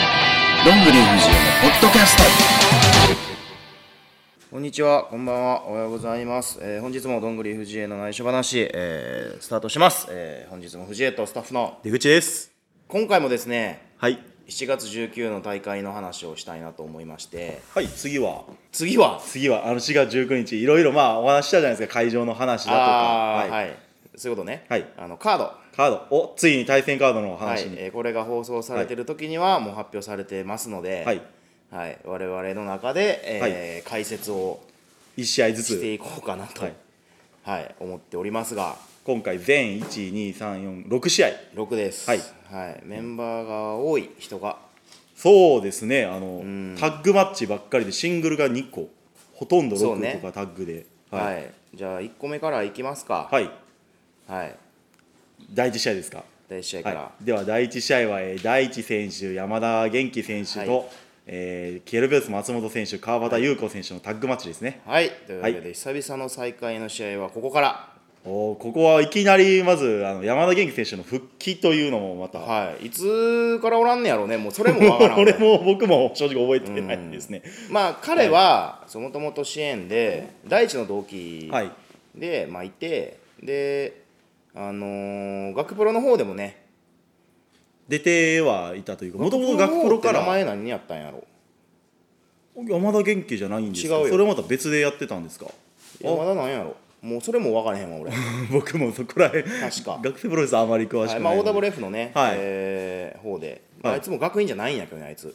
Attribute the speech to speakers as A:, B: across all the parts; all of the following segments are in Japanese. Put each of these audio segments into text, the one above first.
A: どんぐり藤枝のポッドキャス
B: こんにちは、こんばんは、おはようございます。えー本日もどんぐり藤江の内緒話、えースタートします。えー本日も藤江とスタッフの、
C: 出口です
B: 今回もですね、
C: はい
B: 7月19の大会の話をしたいなと思いまして、
C: はい次は
B: 次は、
C: 次はあの4月19日いろいろまあお話ししたじゃないですか会場の話だとか
B: あー
C: は、
B: はいい、そういうことね、
C: はい
B: あのカード、
C: カードおついに対戦カードの
B: はい
C: 話に
B: えーこれが放送されてる時にはもう発表されてますので、
C: はい、
B: はい、我々の中で、えー解説を
C: 1試合ず
B: して
C: つ
B: いこうかなと、は
C: はいい
B: 思っておりますが、
C: 今回全12346試合
B: 6です、
C: はい
B: はい、メンバーが多い人が。
C: そうですねあのタッグマッチばっかりでシングルが2個ほとんど
B: そうね
C: 6個がタッグで、
B: はい、
C: い、
B: じゃあ1個目からいきますか、
C: はいい、
B: はい、
C: 第1試合ですか
B: 第1試合から、
C: はい、では第1試合は、えー第一選手、山田元気選手と、
B: はい
C: えーケルベロス松本選手、川端優子選手のタッグマッチですね。
B: はい、というわけで、
C: は
B: 久々の再開の試合はここから、
C: おーここはいきなりまずあの山田元気選手の復帰というのもまた、
B: はい、いつからおらんねやろうね、もうそれもわから ん
C: 俺も僕も正直覚えてないんですね。
B: まあ彼はもともと支援で、第一の同期
C: はい
B: で、まあ、いて、で、あのー学プロの方でもね、
C: 出てはいたというか、もともと学プロか
B: 学
C: ら
B: プって名前何やったんやろ
C: 山田元気じゃないんですか
B: 違うよ
C: それはまた別でやってたんですか
B: 山田なんやろもうそれも分からへんわ、俺。
C: 僕もそこらへん、
B: 確 か
C: 学生プロレスあまり詳し
B: は
C: く
B: い
C: な
B: まあ、
C: いので、
B: OWF のね、
C: はい
B: えー方で、まあ、
C: はい
B: あいつも学院じゃないんやけどね、あいつ。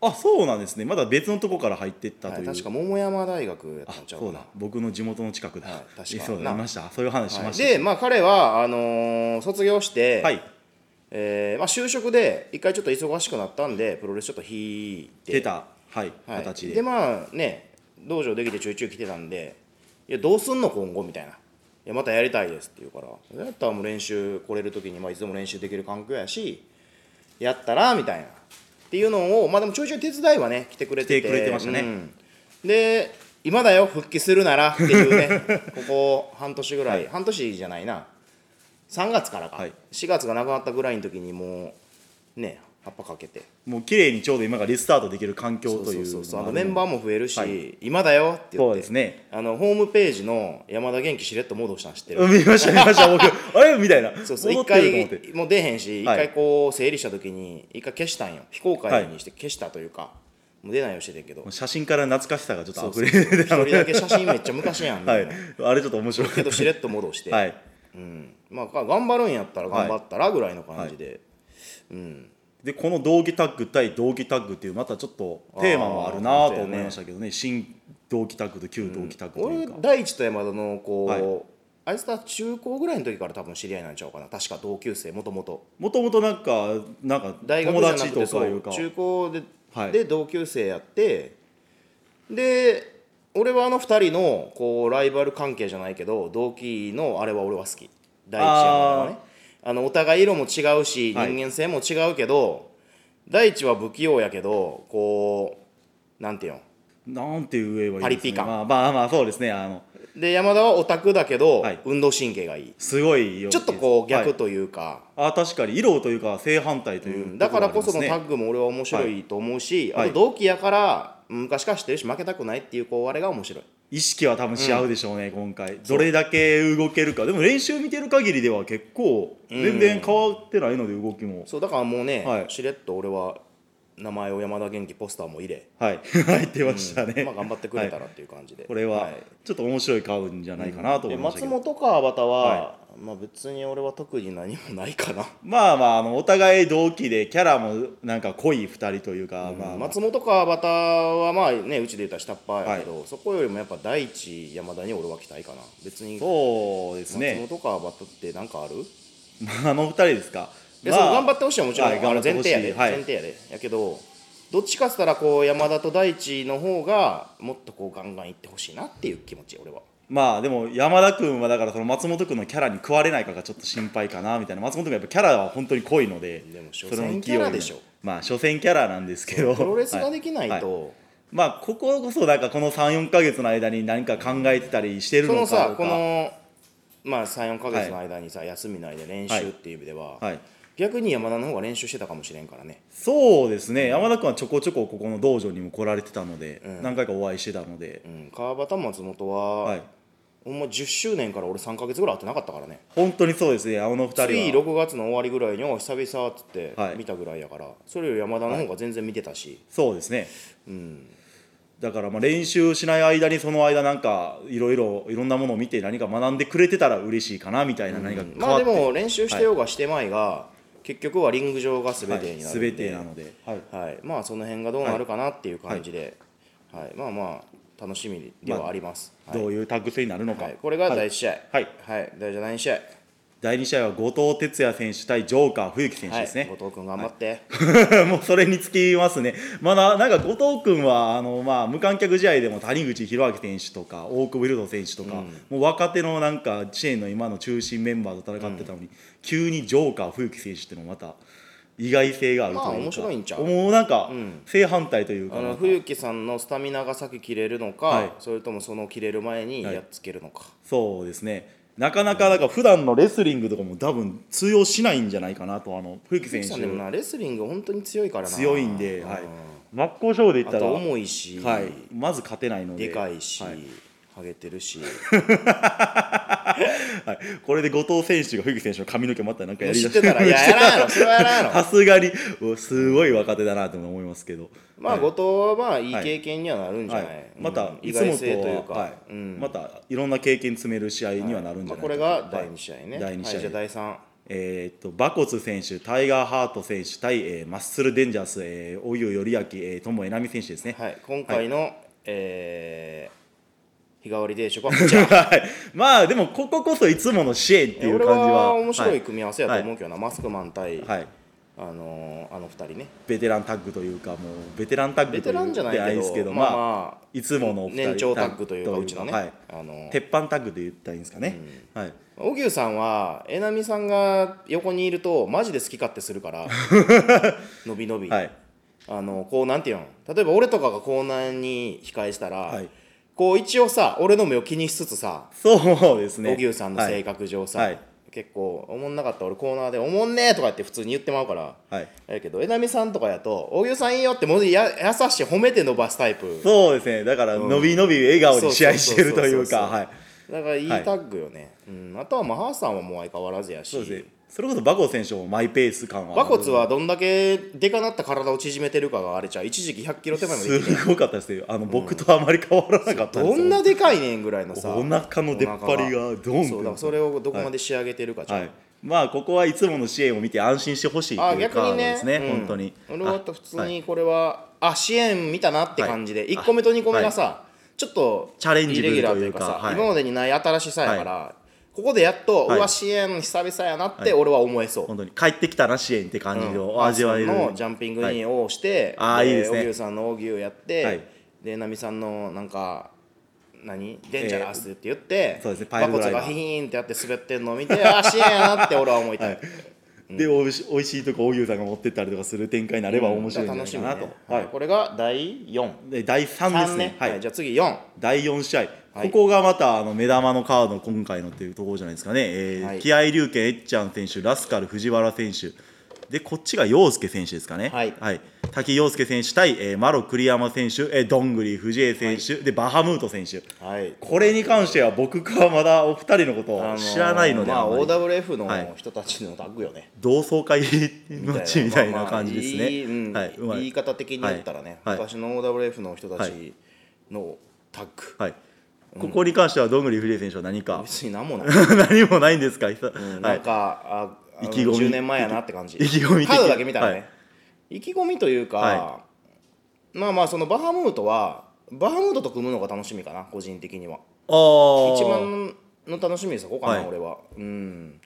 C: あそうなんですね、まだ別のとこから入ってった
B: は
C: とい、
B: いう確か桃山大学やったんちゃうか
C: そう
B: な
C: だ僕の地元の近くだ、
B: はい確か
C: そう
B: な
C: だいましたそういう話し
B: は
C: ま
B: い
C: し
B: でまあ彼はあのー卒業して、
C: たはい
B: えーまあ、就職で一回ちょっと忙しくなったんでプロレスちょっと引いて
C: 出たはい
B: はい、
C: 形
B: で
C: で
B: まあね道場できてちょいちょい来てたんで「いやどうすんの今後」みたいな「いやまたやりたいです」って言うから「やったらもう練習来れる時に、まあ、いつでも練習できる環境やしやったら」みたいなっていうのをまあでもちょいちょい手伝いはね来てくれてて
C: 来てくれてましたね
B: うんで今だよ復帰するならっていうね ここ半年ぐらい、半年じゃないな3月からか、
C: はい
B: 4月がなくなったぐらいの時にもうね葉っぱかけて
C: もう綺麗にちょうど今がリスタートできる環境という
B: そうそうそうそうあ
C: のが
B: のメ
C: ある
B: ン
C: ので
B: バーも増えるし、
C: はい
B: 今だよって言って
C: そうですね
B: あのホームページの山田元気しれっと戻したん知ってる、
C: うん見ました見ました 僕あれみたいな
B: そうそう
C: 戻
B: 一
C: ってると思っ
B: 回
C: て
B: もう出へんし一
C: はい
B: 回こう整理した時に一回消したんよ非公開にして消したというか、もう出ないようにしてたけど
C: もう写真から懐かしさがちょっと
B: そう
C: 溢れて
B: 一
C: たの
B: 人だ
C: で
B: け写真めっちゃ昔やんみ
C: は
B: た
C: い
B: いな、
C: あれちょっと面白か
B: け
C: っ
B: どしれっと戻して、
C: たはい
B: うん、まあ頑張るんやったら頑張ったらぐらいの感じで、
C: でこの同期タッグ対同期タッグっていうまたちょっとテーマもあるなと思いましたけどね新同期タッグと旧同期タッグとい
B: 俺
C: うか
B: 第一と山田のこう、
C: はい
B: あいつとは中高ぐらいの時から多分知り合いなんちゃうかな確か同級生もともと
C: もともとなんかなんか
B: 大学
C: 友
B: じゃな
C: 達
B: く
C: と
B: て
C: か
B: そ
C: いう
B: う
C: か
B: 中高で,、
C: はい
B: で同級生やってで俺はあの2人のこうライバル関係じゃないけど同期のあれは俺は好き第一山田はねあのお互い色も違うし
C: はい
B: 人間性も違うけど、第一は不器用やけどこうなんていうの
C: なんて言えばいいですか、ね、
B: パリピ感
C: まあまあまあそうですねあの
B: で山田はオタクだけど、
C: はい
B: 運動神経がいい
C: すごいよ
B: ちょっとこう
C: は
B: 逆
C: い
B: というか、
C: あ確かに色というか正反対という、
B: だからこそのタ
C: グ
B: ッグも俺は面白いと思うし、
C: はい
B: あと同期やから昔から知ってるし負けたくないっていうこうあれが面白い
C: 意識は多分し合うでしょうね、今回どれだけ動けるかでも練習見てる限りでは結構全然変わってないので動きも、
B: そうだからもうね、
C: はい
B: しれっと俺は名前を山田元気ポスターも入れ、
C: はい 入ってましたね、
B: まあ、頑張ってくれた
C: はい
B: らっていう感じで、
C: これはちょっと面白い顔じゃないかなと
B: いで
C: 思いました
B: 松
C: けど、
B: 本川端は、
C: は
B: まあ別に俺は特に何もないかな、
C: まあまああのお互い同期でキャラもなんか濃い2人というか、まあまあ
B: 松本川端はまあねうちで言ったら下っ端やけど、そこよりもやっぱ第一山田に俺は期待かな別に
C: そうです
B: 松
C: ね、
B: 本川端って何かある
C: まあ、あの2人ですか
B: で
C: ま
B: そ
C: あ
B: の頑張ってほしいはもちろん、
C: はい
B: あの前提や
C: 頑張ってほ
B: で、
C: しいはい
B: 前提やでやけどどっちかっつったらこう山田と大地の方がもっとこうガンガンいってほしいなっていう気持ち俺は
C: まあでも山田君はだからその松本君のキャラに食われないかがちょっと心配かなみたいな松本君やっぱキャラは本当に濃いので
B: でも
C: そ
B: 所
C: の
B: 詮
C: 勢いに
B: キャラでしょ
C: まあ所詮キャラなんですけど
B: プロレスが
C: はい
B: できないと、
C: まあこここそなんかこの34か月の間に何か考えてたりしてる
B: その
C: のか
B: さ
C: とか
B: この、まあ、34か月の間にさ、休みの間練習っていう意味では、
C: はい
B: 逆に山田の方が練習してたかもしれんからね
C: そうですね、山田君はちょこちょこここの道場にも来られてたので、
B: ん
C: 何回かお会いしてたので
B: う、ん、川端松本は、
C: はい、
B: ほんま10周年から俺3か月ぐらい会ってなかったからね
C: 本当にそうですね、あの二人
B: つ
C: はい
B: 6月の終わりぐらいにお久々っつって
C: はい
B: 見たぐらいやから、それより山田の方が全然見てたし、
C: そうですね、だからまあ練習しない間にその間なんかいろいろいろんなものを見て何か学んでくれてたら嬉しいかなみたいな何か変
B: ま
C: わ
B: あ
C: っ
B: で
C: て、
B: も練習してようがしてまいが、結局はリング上が全てにな
C: はい
B: るん
C: 全
B: で
C: てなので、はい
B: はい、まあその辺がどうなるかなっていう感じで、はいまあまあ楽しみではあります、はい
C: どういうタッグ戦になるのか、
B: はいこれが第1試合
C: はい
B: はい、第じゃ第2試合
C: 第2試合は後藤哲也選手対ジョーカー冬木選手
B: はい、
C: ですね、
B: 後藤君頑張って、
C: もうそれにつきますね、まだなんか後藤君はあの、まあ、無観客試合でも谷口博明選手とか大久保裕斗選手とか、もう若手のなんか支援の今の中心メンバーと戦ってたのに、急にジョーカー冬木選手っていうのもまた意外性があるというか、
B: まあ面白いんちゃう
C: もうなんか正反対というか
B: あ
C: なん
B: の
C: か
B: 冬木さんのスタミナが先切れるのか、
C: はい
B: それともその切れる前に
C: はい
B: やっつけるのか、
C: そうですねなかなかなんか普段のレスリングとかも多分通用しないんじゃないかなとあの冬木選
B: 冬木
C: 手
B: さんでもなレスリング本当に強いからな
C: 強いんで、はい
B: うん、
C: 真っ向勝負でいっ
B: あ
C: たら
B: と、重いし、
C: はい、まず勝てないので
B: でかいし、
C: は
B: ハゲてるし
C: はい、 これで後藤選手が冬木選手の髪の毛またなんかやり
B: 知
C: だ
B: っ
C: して
B: たら いややらんやろそれはやらんやろ
C: さすがにうわすごい若手だなと思いますけど、
B: まあ
C: はい
B: 後藤はまあいい経験にはなるんじゃ
C: は
B: ない、
C: い、
B: うん
C: また
B: 意
C: いつ
B: 外
C: もと
B: 性という
C: は
B: か、
C: はい
B: うん
C: またいろんな経験詰める試合にはなるんじゃ
B: ま
C: ない
B: あ、これが第2試合ね、
C: はい第二試合
B: はいじゃあ第3
C: えーっと馬骨選手タイガー・ハート選手対、えーマッスル・デンジャース、えー、おゆよりあき、えー、友えなみ選手ですね、
B: はい、今回の、えー日替わり定食 はこちら
C: はいまあでもこここそいつもの支援っていう感じ
B: 俺
C: は
B: は面白い
C: は
B: 組み合わせやと思うけどな、マスクマン対、
C: い、はい
B: あのーあの2人ね
C: ベテランタッグというかもうベテランタッグ
B: ベ
C: とい
B: テラン
C: う
B: じゃない
C: であれ
B: け
C: で
B: ど
C: すけど
B: まあ、
C: まあ
B: まあ、
C: いつものお二人
B: 年長タッグというか
C: タッ
B: う
C: グ
B: ち
C: とい
B: のね、
C: はい
B: あの
C: 鉄板タッグで言ったらいいんですかね、はい、
B: 小牛さんはえなみさんが横にいるとマジで好き勝手するから のびのび、
C: はい、
B: あのこうなんていうの例えば俺とかがコーナーに控えしたら、
C: はい
B: こう一応さ俺の目を気にしつつさ
C: そうですね
B: 小牛さんの性格上さ、
C: はいはい
B: 結構おもんなかったら俺コーナーで「おもんねえ」とか言って普通に言ってまうから。
C: はい、はい
B: やけどえなみさんとかやと「小牛さんいいよ」ってもうや優しい褒めて伸ばすタイプ
C: そうですねだから伸び伸び笑顔で試合してるという
B: そうそうそう
C: か
B: そう
C: はい
B: だからいいタ
C: はい
B: ッグよね、うん、あとはまあハーさんはもう相変わらずや
C: そうですね
B: し
C: それこそバコ選手もマイペース感は
B: 馬骨はどんだけでかなった体を縮めてるかがあれちゃう一時期1 0 0キロ手前まで行って
C: すごかったですよあの僕とあまり変わらなかったです
B: どんなでかいねんぐらいのさ
C: お腹の出っ張りがドンって
B: そうだからそれをどこまで仕上げてるかちょっと、
C: はいまあここはいつもの支援を見て安心してほしいと
B: あ
C: いう
B: 逆
C: カー
B: に
C: ド
B: ね
C: ですね
B: うん
C: 本当に
B: 俺は普通
C: はい
B: にこれは、あ支援見たなって感じで、
C: はい
B: 1個目と2個目がさ、ちょっと
C: チャレンジ
B: イ
C: ブル
B: レギュラー
C: とい
B: というう
C: か
B: かさ、
C: はい
B: 今までにない新しさやから、ここでやっと、
C: はいう
B: わ支援久々やなって俺は思えそう、
C: 本当に帰ってきたな支援って感じを味わえる、
B: のジャンピングインをして、
C: あーいいですね
B: 荻生さんの荻生やって、
C: はい
B: で奈美さんのなんか何デンジャラスって言って、
C: そうですねパ
B: バ
C: イル
B: コ
C: ド
B: ツ
C: ライバー
B: がヒーンってやって滑ってんのを見てあー支援やなって俺は思いたい、
C: でおいしおいしいとこ荻生さんが持ってったりとかする展開になれば面白いんじゃない
B: 楽し
C: か
B: み
C: な
B: ね
C: と、
B: は、
C: はいい
B: これが第4
C: で第3です
B: 三
C: ね
B: ね、
C: はい
B: はい、じゃあ次4
C: 第4試合、
B: はい
C: ここがまたあの目玉のカード今回のっていうところじゃないですかね、えー
B: はい
C: 気合龍拳えっちゃん選手ラスカル藤原選手でこっちが陽介選手ですかね、
B: はい
C: 滝陽介選手対、えーマロ栗山選手、えー、どんぐり藤江選手、でバハムート選手
B: はい
C: これに関しては僕はまだお二人のことを知らないので、
B: あの
C: あんま
B: ー
C: り
B: まあ OWF
C: はい
B: の人たちのタッグよね、
C: 同窓会の地みたいな感じです
B: まあまあい
C: ね。
B: いうん
C: はい、うまい
B: 言い方的に言ったらね、
C: はいはい
B: 昔の OWF の人た
C: は
B: ちのタッグ、
C: はい。ここに関してはどんぐりフリー選手は何か
B: 別に何もない
C: 何もないんですか。は
B: なん
C: い。
B: か、ああの
C: 意気込み
B: 10年前やなって感じ
C: 意気込み的
B: カードだけ見たらね、
C: はい
B: 意気込みというか、
C: は
B: まあまあそのバハムートはバハムートと組むのが楽しみかな個人的には
C: ああ。
B: 一番の楽しみにそこかな、
C: はい
B: 俺はうん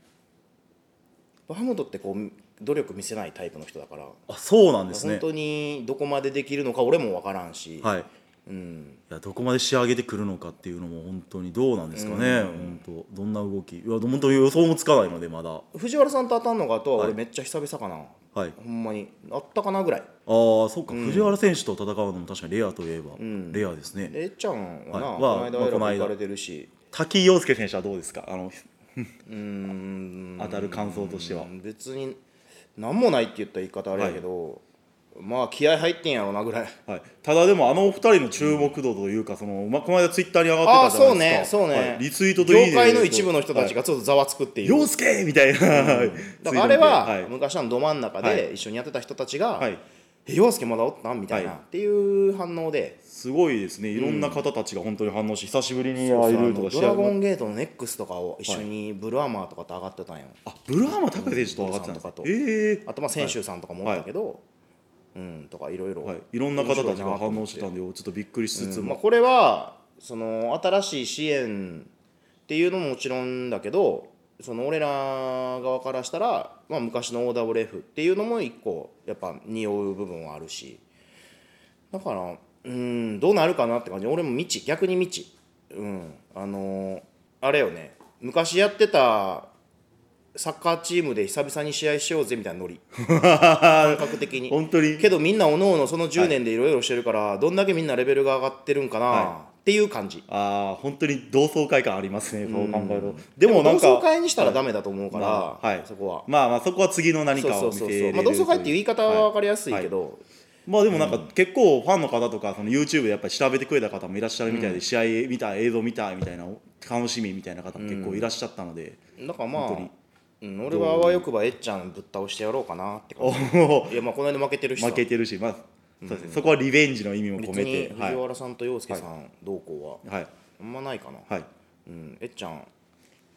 B: バハムートってこう努力見せないタイプの人だから、
C: あ、そうなんです
B: 本
C: ね。
B: 当にどこまでできるのか俺も分からんし、
C: はい。い
B: うん、
C: やどこまで仕上げてくるのかっていうのも本当にどうなんですかね。本当どんな動き。いや本当に予想もつかないのでまだ。は
B: 藤原さんと当たんのがとは
C: はい
B: 俺めっちゃ久々かな、
C: い。
B: ほんまにあったかなぐらい
C: ああ、そっか、藤原選手と戦うのも確かにレアといえば、レアですね。
B: でえっちゃんはな、
C: はいまあこの
B: この間選び
C: 間
B: 行かれてるし
C: 滝陽 介選手はどうですか。あの
B: うーん
C: 当たる感想としては。
B: 別に何もないって言ったら言い方あれやけど、まあ気合入ってんやろな ぐらい
C: はい、ただでもあのお二人の注目度というか、そのまあ、この間ツイッターに上が
B: ああ
C: ってたじ
B: そう
C: ゃない
B: ね
C: ですか
B: そうね、
C: はいリツイートといいね
B: 業界の一部の人たち
C: が
B: がちょっとざわつくっ
C: 「
B: ていう、
C: 陽介!」みたいな、
B: だからあれは、
C: はい
B: 昔のど真ん中
C: は
B: で
C: い
B: 一緒にやってた人たちが
C: はい
B: 「え洋介まだおったん?」みたいな、
C: はい
B: っていう反応です
C: ごいですねいろんな方たちが本当に反応して久しぶりに
B: そう
C: 会え
B: そうあ
C: ると
B: の
C: か
B: ド
C: 試
B: ラ
C: 合
B: ゴ
C: も
B: ンゲートの X とかを一緒にブルアーマーとかと上がってたんよ、
C: あブルーハマ高い選手と上がってたんです
B: さん
C: か
B: とかと
C: ええ
B: あとまあ選手さんとかもおったけど、うんとかいろいろ
C: はい、いろんな方たちが反応してたん
B: で、
C: でちょっとびっくりしつつ
B: うんまあ、
C: も、
B: これはその新しい支援っていうのももちろんだけどその俺ら側からしたら、まあ、昔の OWF っていうのも一個やっぱ匂う部分はあるしだからうんどうなるかなって感じ俺も未知逆に未知うんあのーあれよね昔やってたサッカーチームで久々に試合しようぜみたいなノ リ感覚的に
C: 本当に
B: けどみんなおのおのその10年でいろいろしてるから、どんだけみんなレベルが上がってるんかな、
C: は
B: っていう感じ
C: ああ本当に同窓会感ありますねそう考えると
B: で
C: でもなんか
B: 同窓会にしたらダメだと思うから、
C: まあはい
B: そこは。
C: まあまあそこは次の何
B: そう
C: か
B: そ
C: を
B: う
C: 見せ
B: そう
C: れ
B: そう、
C: る
B: まあ、同窓会っていう言い方は
C: はい
B: 分かりやすいけど、
C: まあでもなんか結構ファンの方とかその YouTube でやっぱり調べてくれた方もいらっしゃるみたいで、試合見た映像見たみたいな楽しみみたいな方も結構いらっしゃったので、
B: だからまあ
C: 本当に、
B: うん、俺はあわよくばえっちゃんぶっ倒してやろうかなって感
C: お
B: じ
C: ー
B: いやまあこの間負けてるしさ
C: 負けてるし、まあそうですねそこはリベンジの意味も込
B: 別
C: め
B: に
C: て、はい
B: 藤原さんと陽介さんどうこうは
C: はい
B: あんまないかな、
C: はい
B: うん、えっちゃん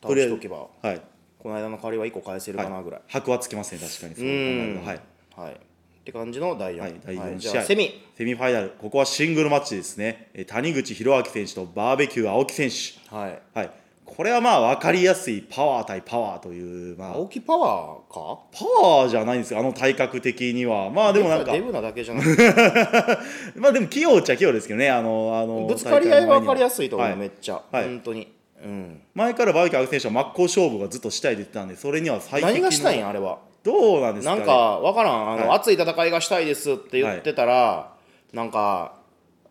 B: 倒
C: とりあえ
B: し
C: ず
B: とけば
C: はい、
B: この間の代わりは1個返せるかなぐらい
C: 箔はつきますね確かにそう考えるとはい
B: はい、って感じの第4、
C: はい、第
B: はい
C: 4
B: じ
C: 試合、
B: ゃあセミ
C: セミファイナルここはシングルマッチですねえー谷口博明選手とバーベキュー青木選手、
B: はい
C: はい、これはまあ分かりやすいパワー対パワーという、まあ、
B: 青木パワーか
C: パワーじゃないんですよあの体格的にはまあでもなんか
B: デブなだけじゃ なくて
C: まあでも器用っちゃ器用ですけどねあのあの
B: ぶつかり合いは分かりや
C: い
B: すいと思う、
C: はい
B: めっちゃ、
C: はい
B: 本当に、うん、
C: 前からバーベキュー青木選手は真っ向勝負がずっとしたいって言ってたんでそれには最適
B: 何がしたいん
C: の
B: やあれは
C: どうなんですか、
B: な
C: ね、
B: んか分からんあの、
C: はい
B: 熱い戦いがしたいですって言ってたら、なんか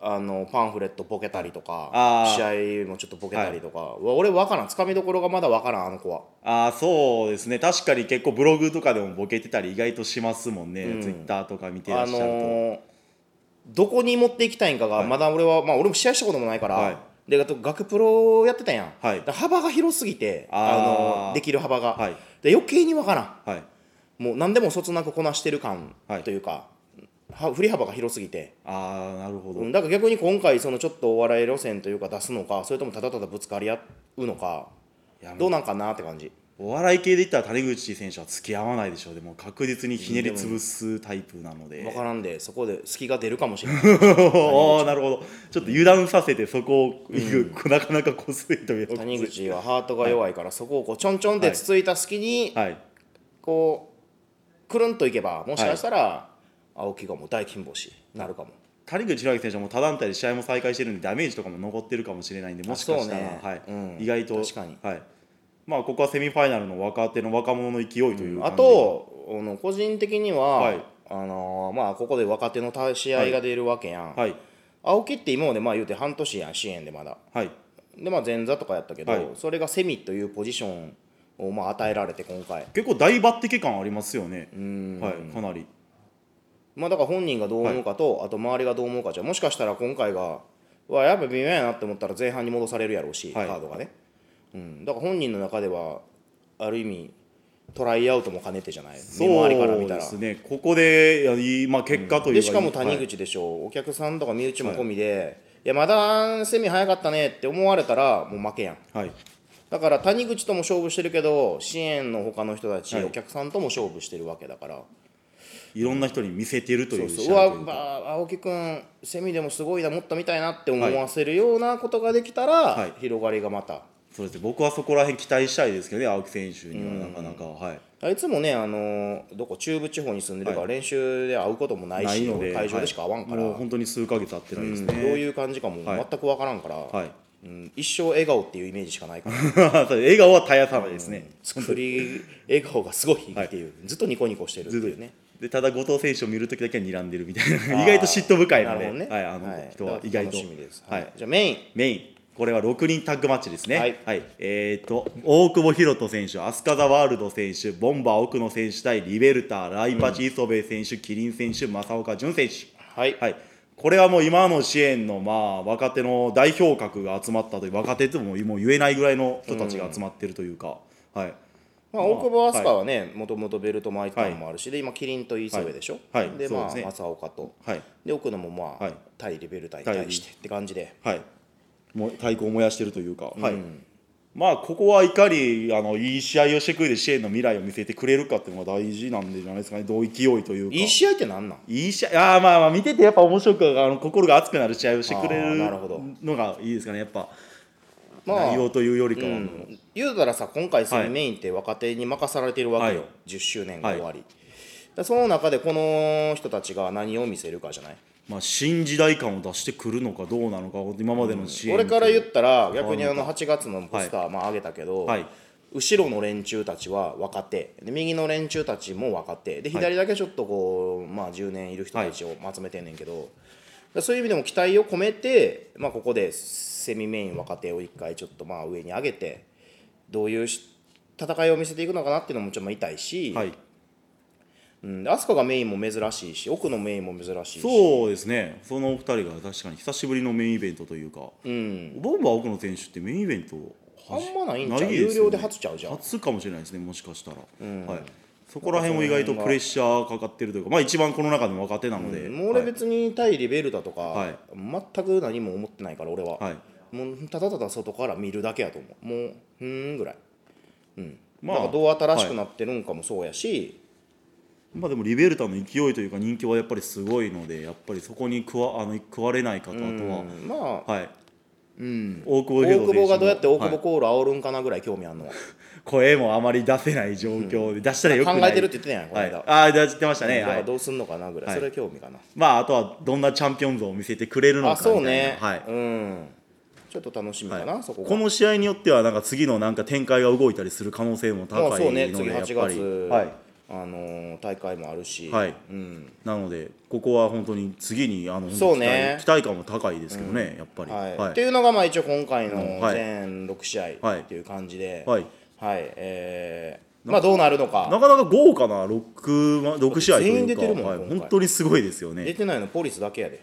B: あのパンフレットボケたりとか
C: あ
B: 試合もちょっとボケたりとか、うわ俺分からんつかみどころがまだ分からんあの子は
C: ああそうですね確かに結構ブログとかでもボケてたり意外としますもんね、ツイッターとか見てら
B: あ
C: っしゃる
B: の
C: と、
B: ーどこに持っていきたいんかが、まだ俺は、まあ、俺も試合したこともないから、
C: はい
B: であと学プロやってたやん、
C: はい
B: だから幅が広すぎてあ
C: あー
B: のできる幅が、
C: はい
B: で余計にわからん
C: はい
B: もう何でもそつなくこなしてる感
C: はい
B: というか、は振り幅が広すぎて、
C: ああなるほど、
B: うんだから逆に今回そのちょっとお笑い路線というか出すのかそれともただただぶつかり合うのか
C: や
B: どうなんかなって感じ
C: お笑い系で言ったら谷口選手は付き合わないでしょうでも確実にひねり潰すタイプなので
B: 分からんでそこで隙が出るかもしれない
C: おおなるほどちょっと油断させてそこを行く、なかなかこすいというか
B: 谷口はハートが弱いから、そこをこうちょんちょんってつついた隙に、
C: はい
B: こうくるんといけばもしかしたら、青木がもう大金星になるかも
C: 谷口弘明選手はもう他団体で試合も再開してるんでダメージとかも残ってるかもしれないんでもしかしたら、
B: あそうね
C: はい
B: うん
C: 意外と
B: 確かに
C: はいまあ、ここはセミファイナルの若手の若者の勢いという感じ
B: あとあの個人的には、
C: はい
B: あのーまあ、ここで若手の試合が出るわけやん、
C: はい
B: 青木って今までまあ言うて半年やん支援でまだ
C: はい
B: でまあ前座とかやったけど、
C: はい
B: それがセミというポジションをまあ与えられて今回
C: 結構大抜擢感ありますよねはいかなり
B: まあだから本人がどう思うかと、あと周りがどう思うかじゃもしかしたら今回がうわやっぱ微妙やなって思ったら前半に戻されるやろうし、
C: はい
B: カードがね、うん、だから本人の中ではある意味トライアウトも兼ねてじゃない
C: そ
B: 見回りから
C: う
B: 見た
C: で
B: ら
C: すねここでやり、まあ、結果という
B: でしかも谷
C: はい
B: 口でしょう、お客さんとか身内も込みで、い、やまだセミ早かったねって思われたらもう負けやん
C: はい
B: だから谷口とも勝負してるけど支援の他の人たち、
C: はい
B: お客さんとも勝負してるわけだから
C: いろんな人に見せてると
B: そ
C: いうう
B: そう
C: 試
B: う
C: 合
B: わ、
C: という
B: ま
C: か
B: あ、青木君セミでもすごいなもっと見たいなって思わせるようなことができたら、
C: はい
B: 広がりがまた
C: そうですね僕はそこら辺期待したいですけどね青木選手にはなかなかはい
B: あいつもねあのーどこ中部地方に住んでるから、
C: は
B: 練習で会うこともない
C: ない
B: し
C: ので
B: 会場でしか会わんから、
C: はいもう本当に数ヶ月会ってないです
B: うん
C: ね、
B: どういう感じかも
C: はい
B: 全くわからんから、
C: はい
B: うん、一生笑顔っていうイメージしかないから
C: そう笑顔は絶やさないですね、
B: 作り笑顔がすごいっていう、ずっとニコニコしてるっていうね
C: でただ後藤選手を見るときだけは睨んでるみたいな意外と嫉妬深いの
B: なる
C: で
B: ほどね
C: はい、あの人は意外と
B: 楽しみです、
C: は
B: はいい、じゃあメイン
C: メインこれは6人タッグマッチですね。
B: はい
C: えっ、と、大久保博人選手、飛鳥ザワールド選手、ボンバー奥野選手対リベルター、ライパチ磯部選手、キリン選手、正岡潤選手。
B: はい、
C: はい、これはもう今の支援のまあ若手の代表格が集まったという若手とももう言えないぐらいの人たちが集まってるというか、はい、
B: まあ、
C: まあ
B: 大久保飛鳥はねもともとベルト巻いてたのもあるし、で今キリンと磯部でしょ、
C: はいはい
B: でまあ
C: そうですね
B: 正岡と
C: はい、
B: で奥野もまあ、
C: はい
B: 対リベルタに対してって感じで
C: はい、もう太鼓を燃やしてるというか、はいまあここはいかにあのいい試合をしてくれて支援の未来を見せてくれるかっていうのが大事なんじゃないですかね、どう勢いというか。
B: いい試合ってなんなん
C: いい試合あーまあまあ見ててやっぱ面白くあの心が熱くなる試合をしてくれ
B: あー
C: る
B: なるほど
C: のがいいですかねやっぱ、
B: まあ
C: 内容というよりかは、
B: うん言うたらさ今回そ
C: は
B: の
C: い
B: メインって若手に任されてるわけよ、
C: はい
B: 10周年が終わり、でその中でこの人たちが何を見せるかじゃない
C: まあ、新時代感を出してくるのかどうなのか今までの支援、
B: 俺から言ったら逆にあの8月のポスター、まあ上げたけど、
C: はい
B: 後ろの連中たちは若手で右の連中たちも若手で左だけちょっとこう、まあ、10年いる人たちを集めてんねんけど、でそういう意味でも期待を込めて、まあ、ここでセミメイン若手を一回ちょっとまあ上に上げてどういうし戦いを見せていくのかなっていうのもちょっとまあ痛いし、
C: はい、
B: うん、で飛鳥がメインも珍しいし奥のメインも珍しいし
C: そうですねそのお二人が確かに久しぶりのメインイベントというか、
B: うん、
C: ボンバー奥野選手ってメインイベント
B: あんまないんちゃう
C: ですよね
B: 有料で初ちゃうじゃん
C: 初かもしれないですねもしかしたら、はい、そこら辺も意外とプレッシャーかかってるというかまあ一番この中でも若手なので、
B: もう俺
C: はい
B: 別に対リベルタとか、
C: はい
B: 全く何も思ってないから俺は、
C: はい
B: もうただただ外から見るだけやと思うもうふーんぐらい、
C: ま
B: なん
C: あ
B: かどう新しく
C: は
B: なってるんかもそうやし、
C: いまあ、でもリベルタの勢いというか人気はやっぱりすごいのでやっぱりそこに食わあの食われないかとあとは、
B: うんまあ、
C: はい、大久保
B: 大
C: 裕斗
B: 久
C: 選手
B: 保
C: も
B: がどうやって大久
C: は
B: 保
C: い
B: コール煽るんかなぐらい興味あんのは、
C: 声もあまり出せない状況で、出したらよくない
B: 考えてるって言ってたやんこの間
C: はい、ああ出してましたね、
B: だか
C: は
B: ら
C: い
B: どうすんのかなぐらい、
C: はい
B: それ興味かな、
C: まああとはどんなチャンピオン像を見せてくれるのか
B: あ
C: みたいな
B: そうね、
C: はい
B: うんちょっと楽しみかな、
C: はい
B: そこが
C: この試合によってはなんか次のなんか展開が動いたりする可能性も
B: まあ
C: 高い
B: そう
C: ので、
B: ね次
C: やっぱり
B: 8月、
C: はい
B: あのー大会もあるし、
C: はい
B: うん
C: なのでここは本当に次にあの
B: そうね
C: 期待期待感も高いですけどね、やっぱり
B: はい
C: はい
B: っていうのがまあ一応今回の
C: うんはい
B: 全6試合っていう感じで、
C: はい
B: はいえーまあどうなるの
C: な
B: か
C: かなか豪華な 6, ま6試合と
B: 全員
C: い
B: 出
C: うか
B: てるもん
C: はい
B: 今回
C: 本当にすごいですよ
B: 出
C: ね
B: てないのポリスだけやで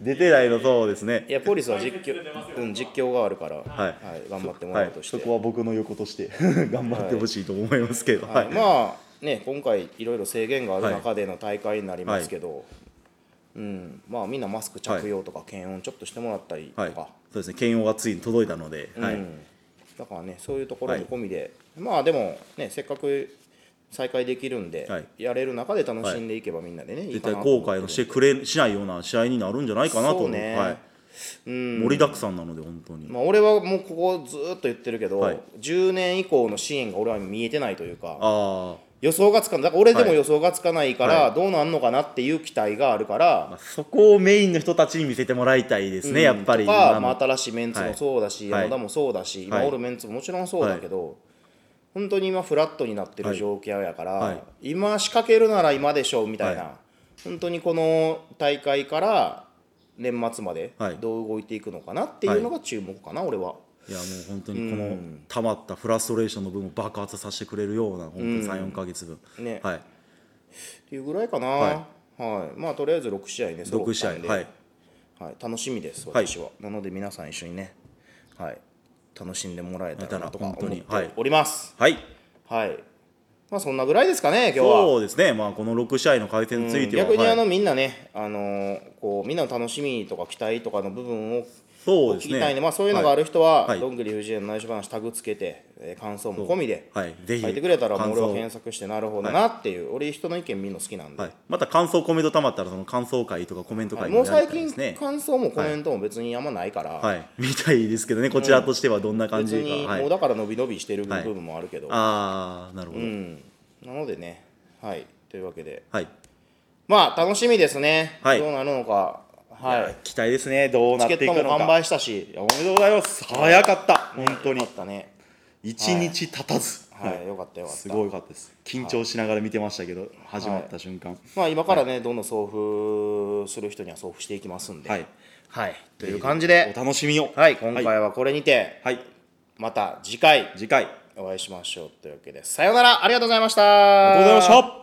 C: 出てないのそうですね
B: いやポリスは実況、うん、実況があるから、はい頑張っても
C: は
B: らう
C: い
B: と、して、
C: そこは僕の横として 頑張ってほしいと思いますけど、
B: は
C: はいい
B: まあね今回いろいろ制限がある中での大会になりますけど、うん、まあみんなマスク着用とか検温ちょっとしてもらったりとか、
C: はいそうですね検温がついに届いたので、はい
B: うんだからねそういうところも込みで、まあでもねせっかく再開できるんで、
C: はい
B: やれる中で楽しんでいけばみんなでね、いい
C: 絶
B: か
C: 対
B: なと
C: 後悔のしてくれしないような試合になるんじゃないかなと
B: そ
C: 思
B: う
C: う
B: ね
C: はい、
B: うん
C: 盛りだくさんなので本当に、
B: まあ、俺はもうここずーっと言ってるけど、
C: はい
B: 10年以降の支援が俺は見えてないというか
C: あ
B: 予想がつかないだから俺でも
C: はい
B: 予想がつかないから、
C: は
B: どうなんのかなっていう期待があるか
C: あ
B: ら、
C: そこをメインの人たちに見せてもらいたいですね、やっぱり
B: とか、
C: 今の
B: まあ、新しいメンツもそうだし、
C: はい
B: 山田もそうだし、
C: は
B: 今
C: い
B: おるメンツももちろんそうだけど、本当に今フラットになってる状況やから、
C: はいはい
B: 今仕掛けるなら今でしょみたいな、
C: はい
B: 本当にこの大会から年末まで
C: はい
B: どう動いていくのかなっていうのが注目かな、俺は。
C: いやもう本当にこの溜まったフラストレーションの分を爆発させてくれるような本当に34か月分、
B: ね
C: はい、
B: っていうぐらいかな、は
C: はい
B: まあとりあえず6試合ね
C: 6試合
B: 揃ったんで
C: はい
B: はい楽しみです
C: はい
B: 私は、なので皆さん一緒にね、はい、楽しんでもらえたらなとか
C: 本
B: 思
C: 当
B: っ
C: に
B: ております。
C: はい
B: はい、まあそんなぐらいですかね今日は。
C: そうですねまあこの6試合の回戦については、
B: 逆にあの、
C: はい、
B: みんなね、あのーこうみんなの楽しみとか期待とかの部分を
C: そう
B: 聞
C: です
B: き
C: ね
B: たいんでまあ、そういうのがある人は、
C: はい
B: どんぐり藤江の内緒話タグつけて、えー感想も込みで
C: はいぜひ
B: 書いてくれたら、もう俺
C: 感
B: は
C: 想を
B: 検索してなるほどなっていう、俺人の意見見るの好きなんで、
C: はい、また感想コメントたまったらその感想会とかコメント
B: はい
C: 会
B: もう
C: もやり
B: 最
C: たいで
B: 近
C: すね
B: 感想もコメントも別にあんまないから、
C: はいみたいですけどねこちらとしてはどんな感
B: 別
C: じか、
B: に
C: は
B: もう
C: い、
B: だから伸び伸びしてる部分もあるけど、
C: ああなるほど、
B: うん、なのでねはいというわけで
C: はい
B: まあ楽しみですね、
C: はい
B: どうなるのかはい
C: 期待ですねどうなって
B: チケ
C: いく
B: ッ
C: の
B: ト
C: か
B: も完売したし
C: いやおめでとうございます早かった、
B: ね
C: 本当に
B: よかったね
C: 一日経たず、
B: はいよかったよかった
C: すごい良かったです緊張しながら見てましたけど、始まった瞬間
B: まあ今からね、どんどん送付する人には送付していきますんで、
C: はい、
B: はいという感じで
C: お、楽しみを
B: はい、今回はこれにて、
C: はい、
B: また次回
C: 次回あり
B: お会いしましょうというわけで、さようなら、ありがとうございました。
C: がとうございました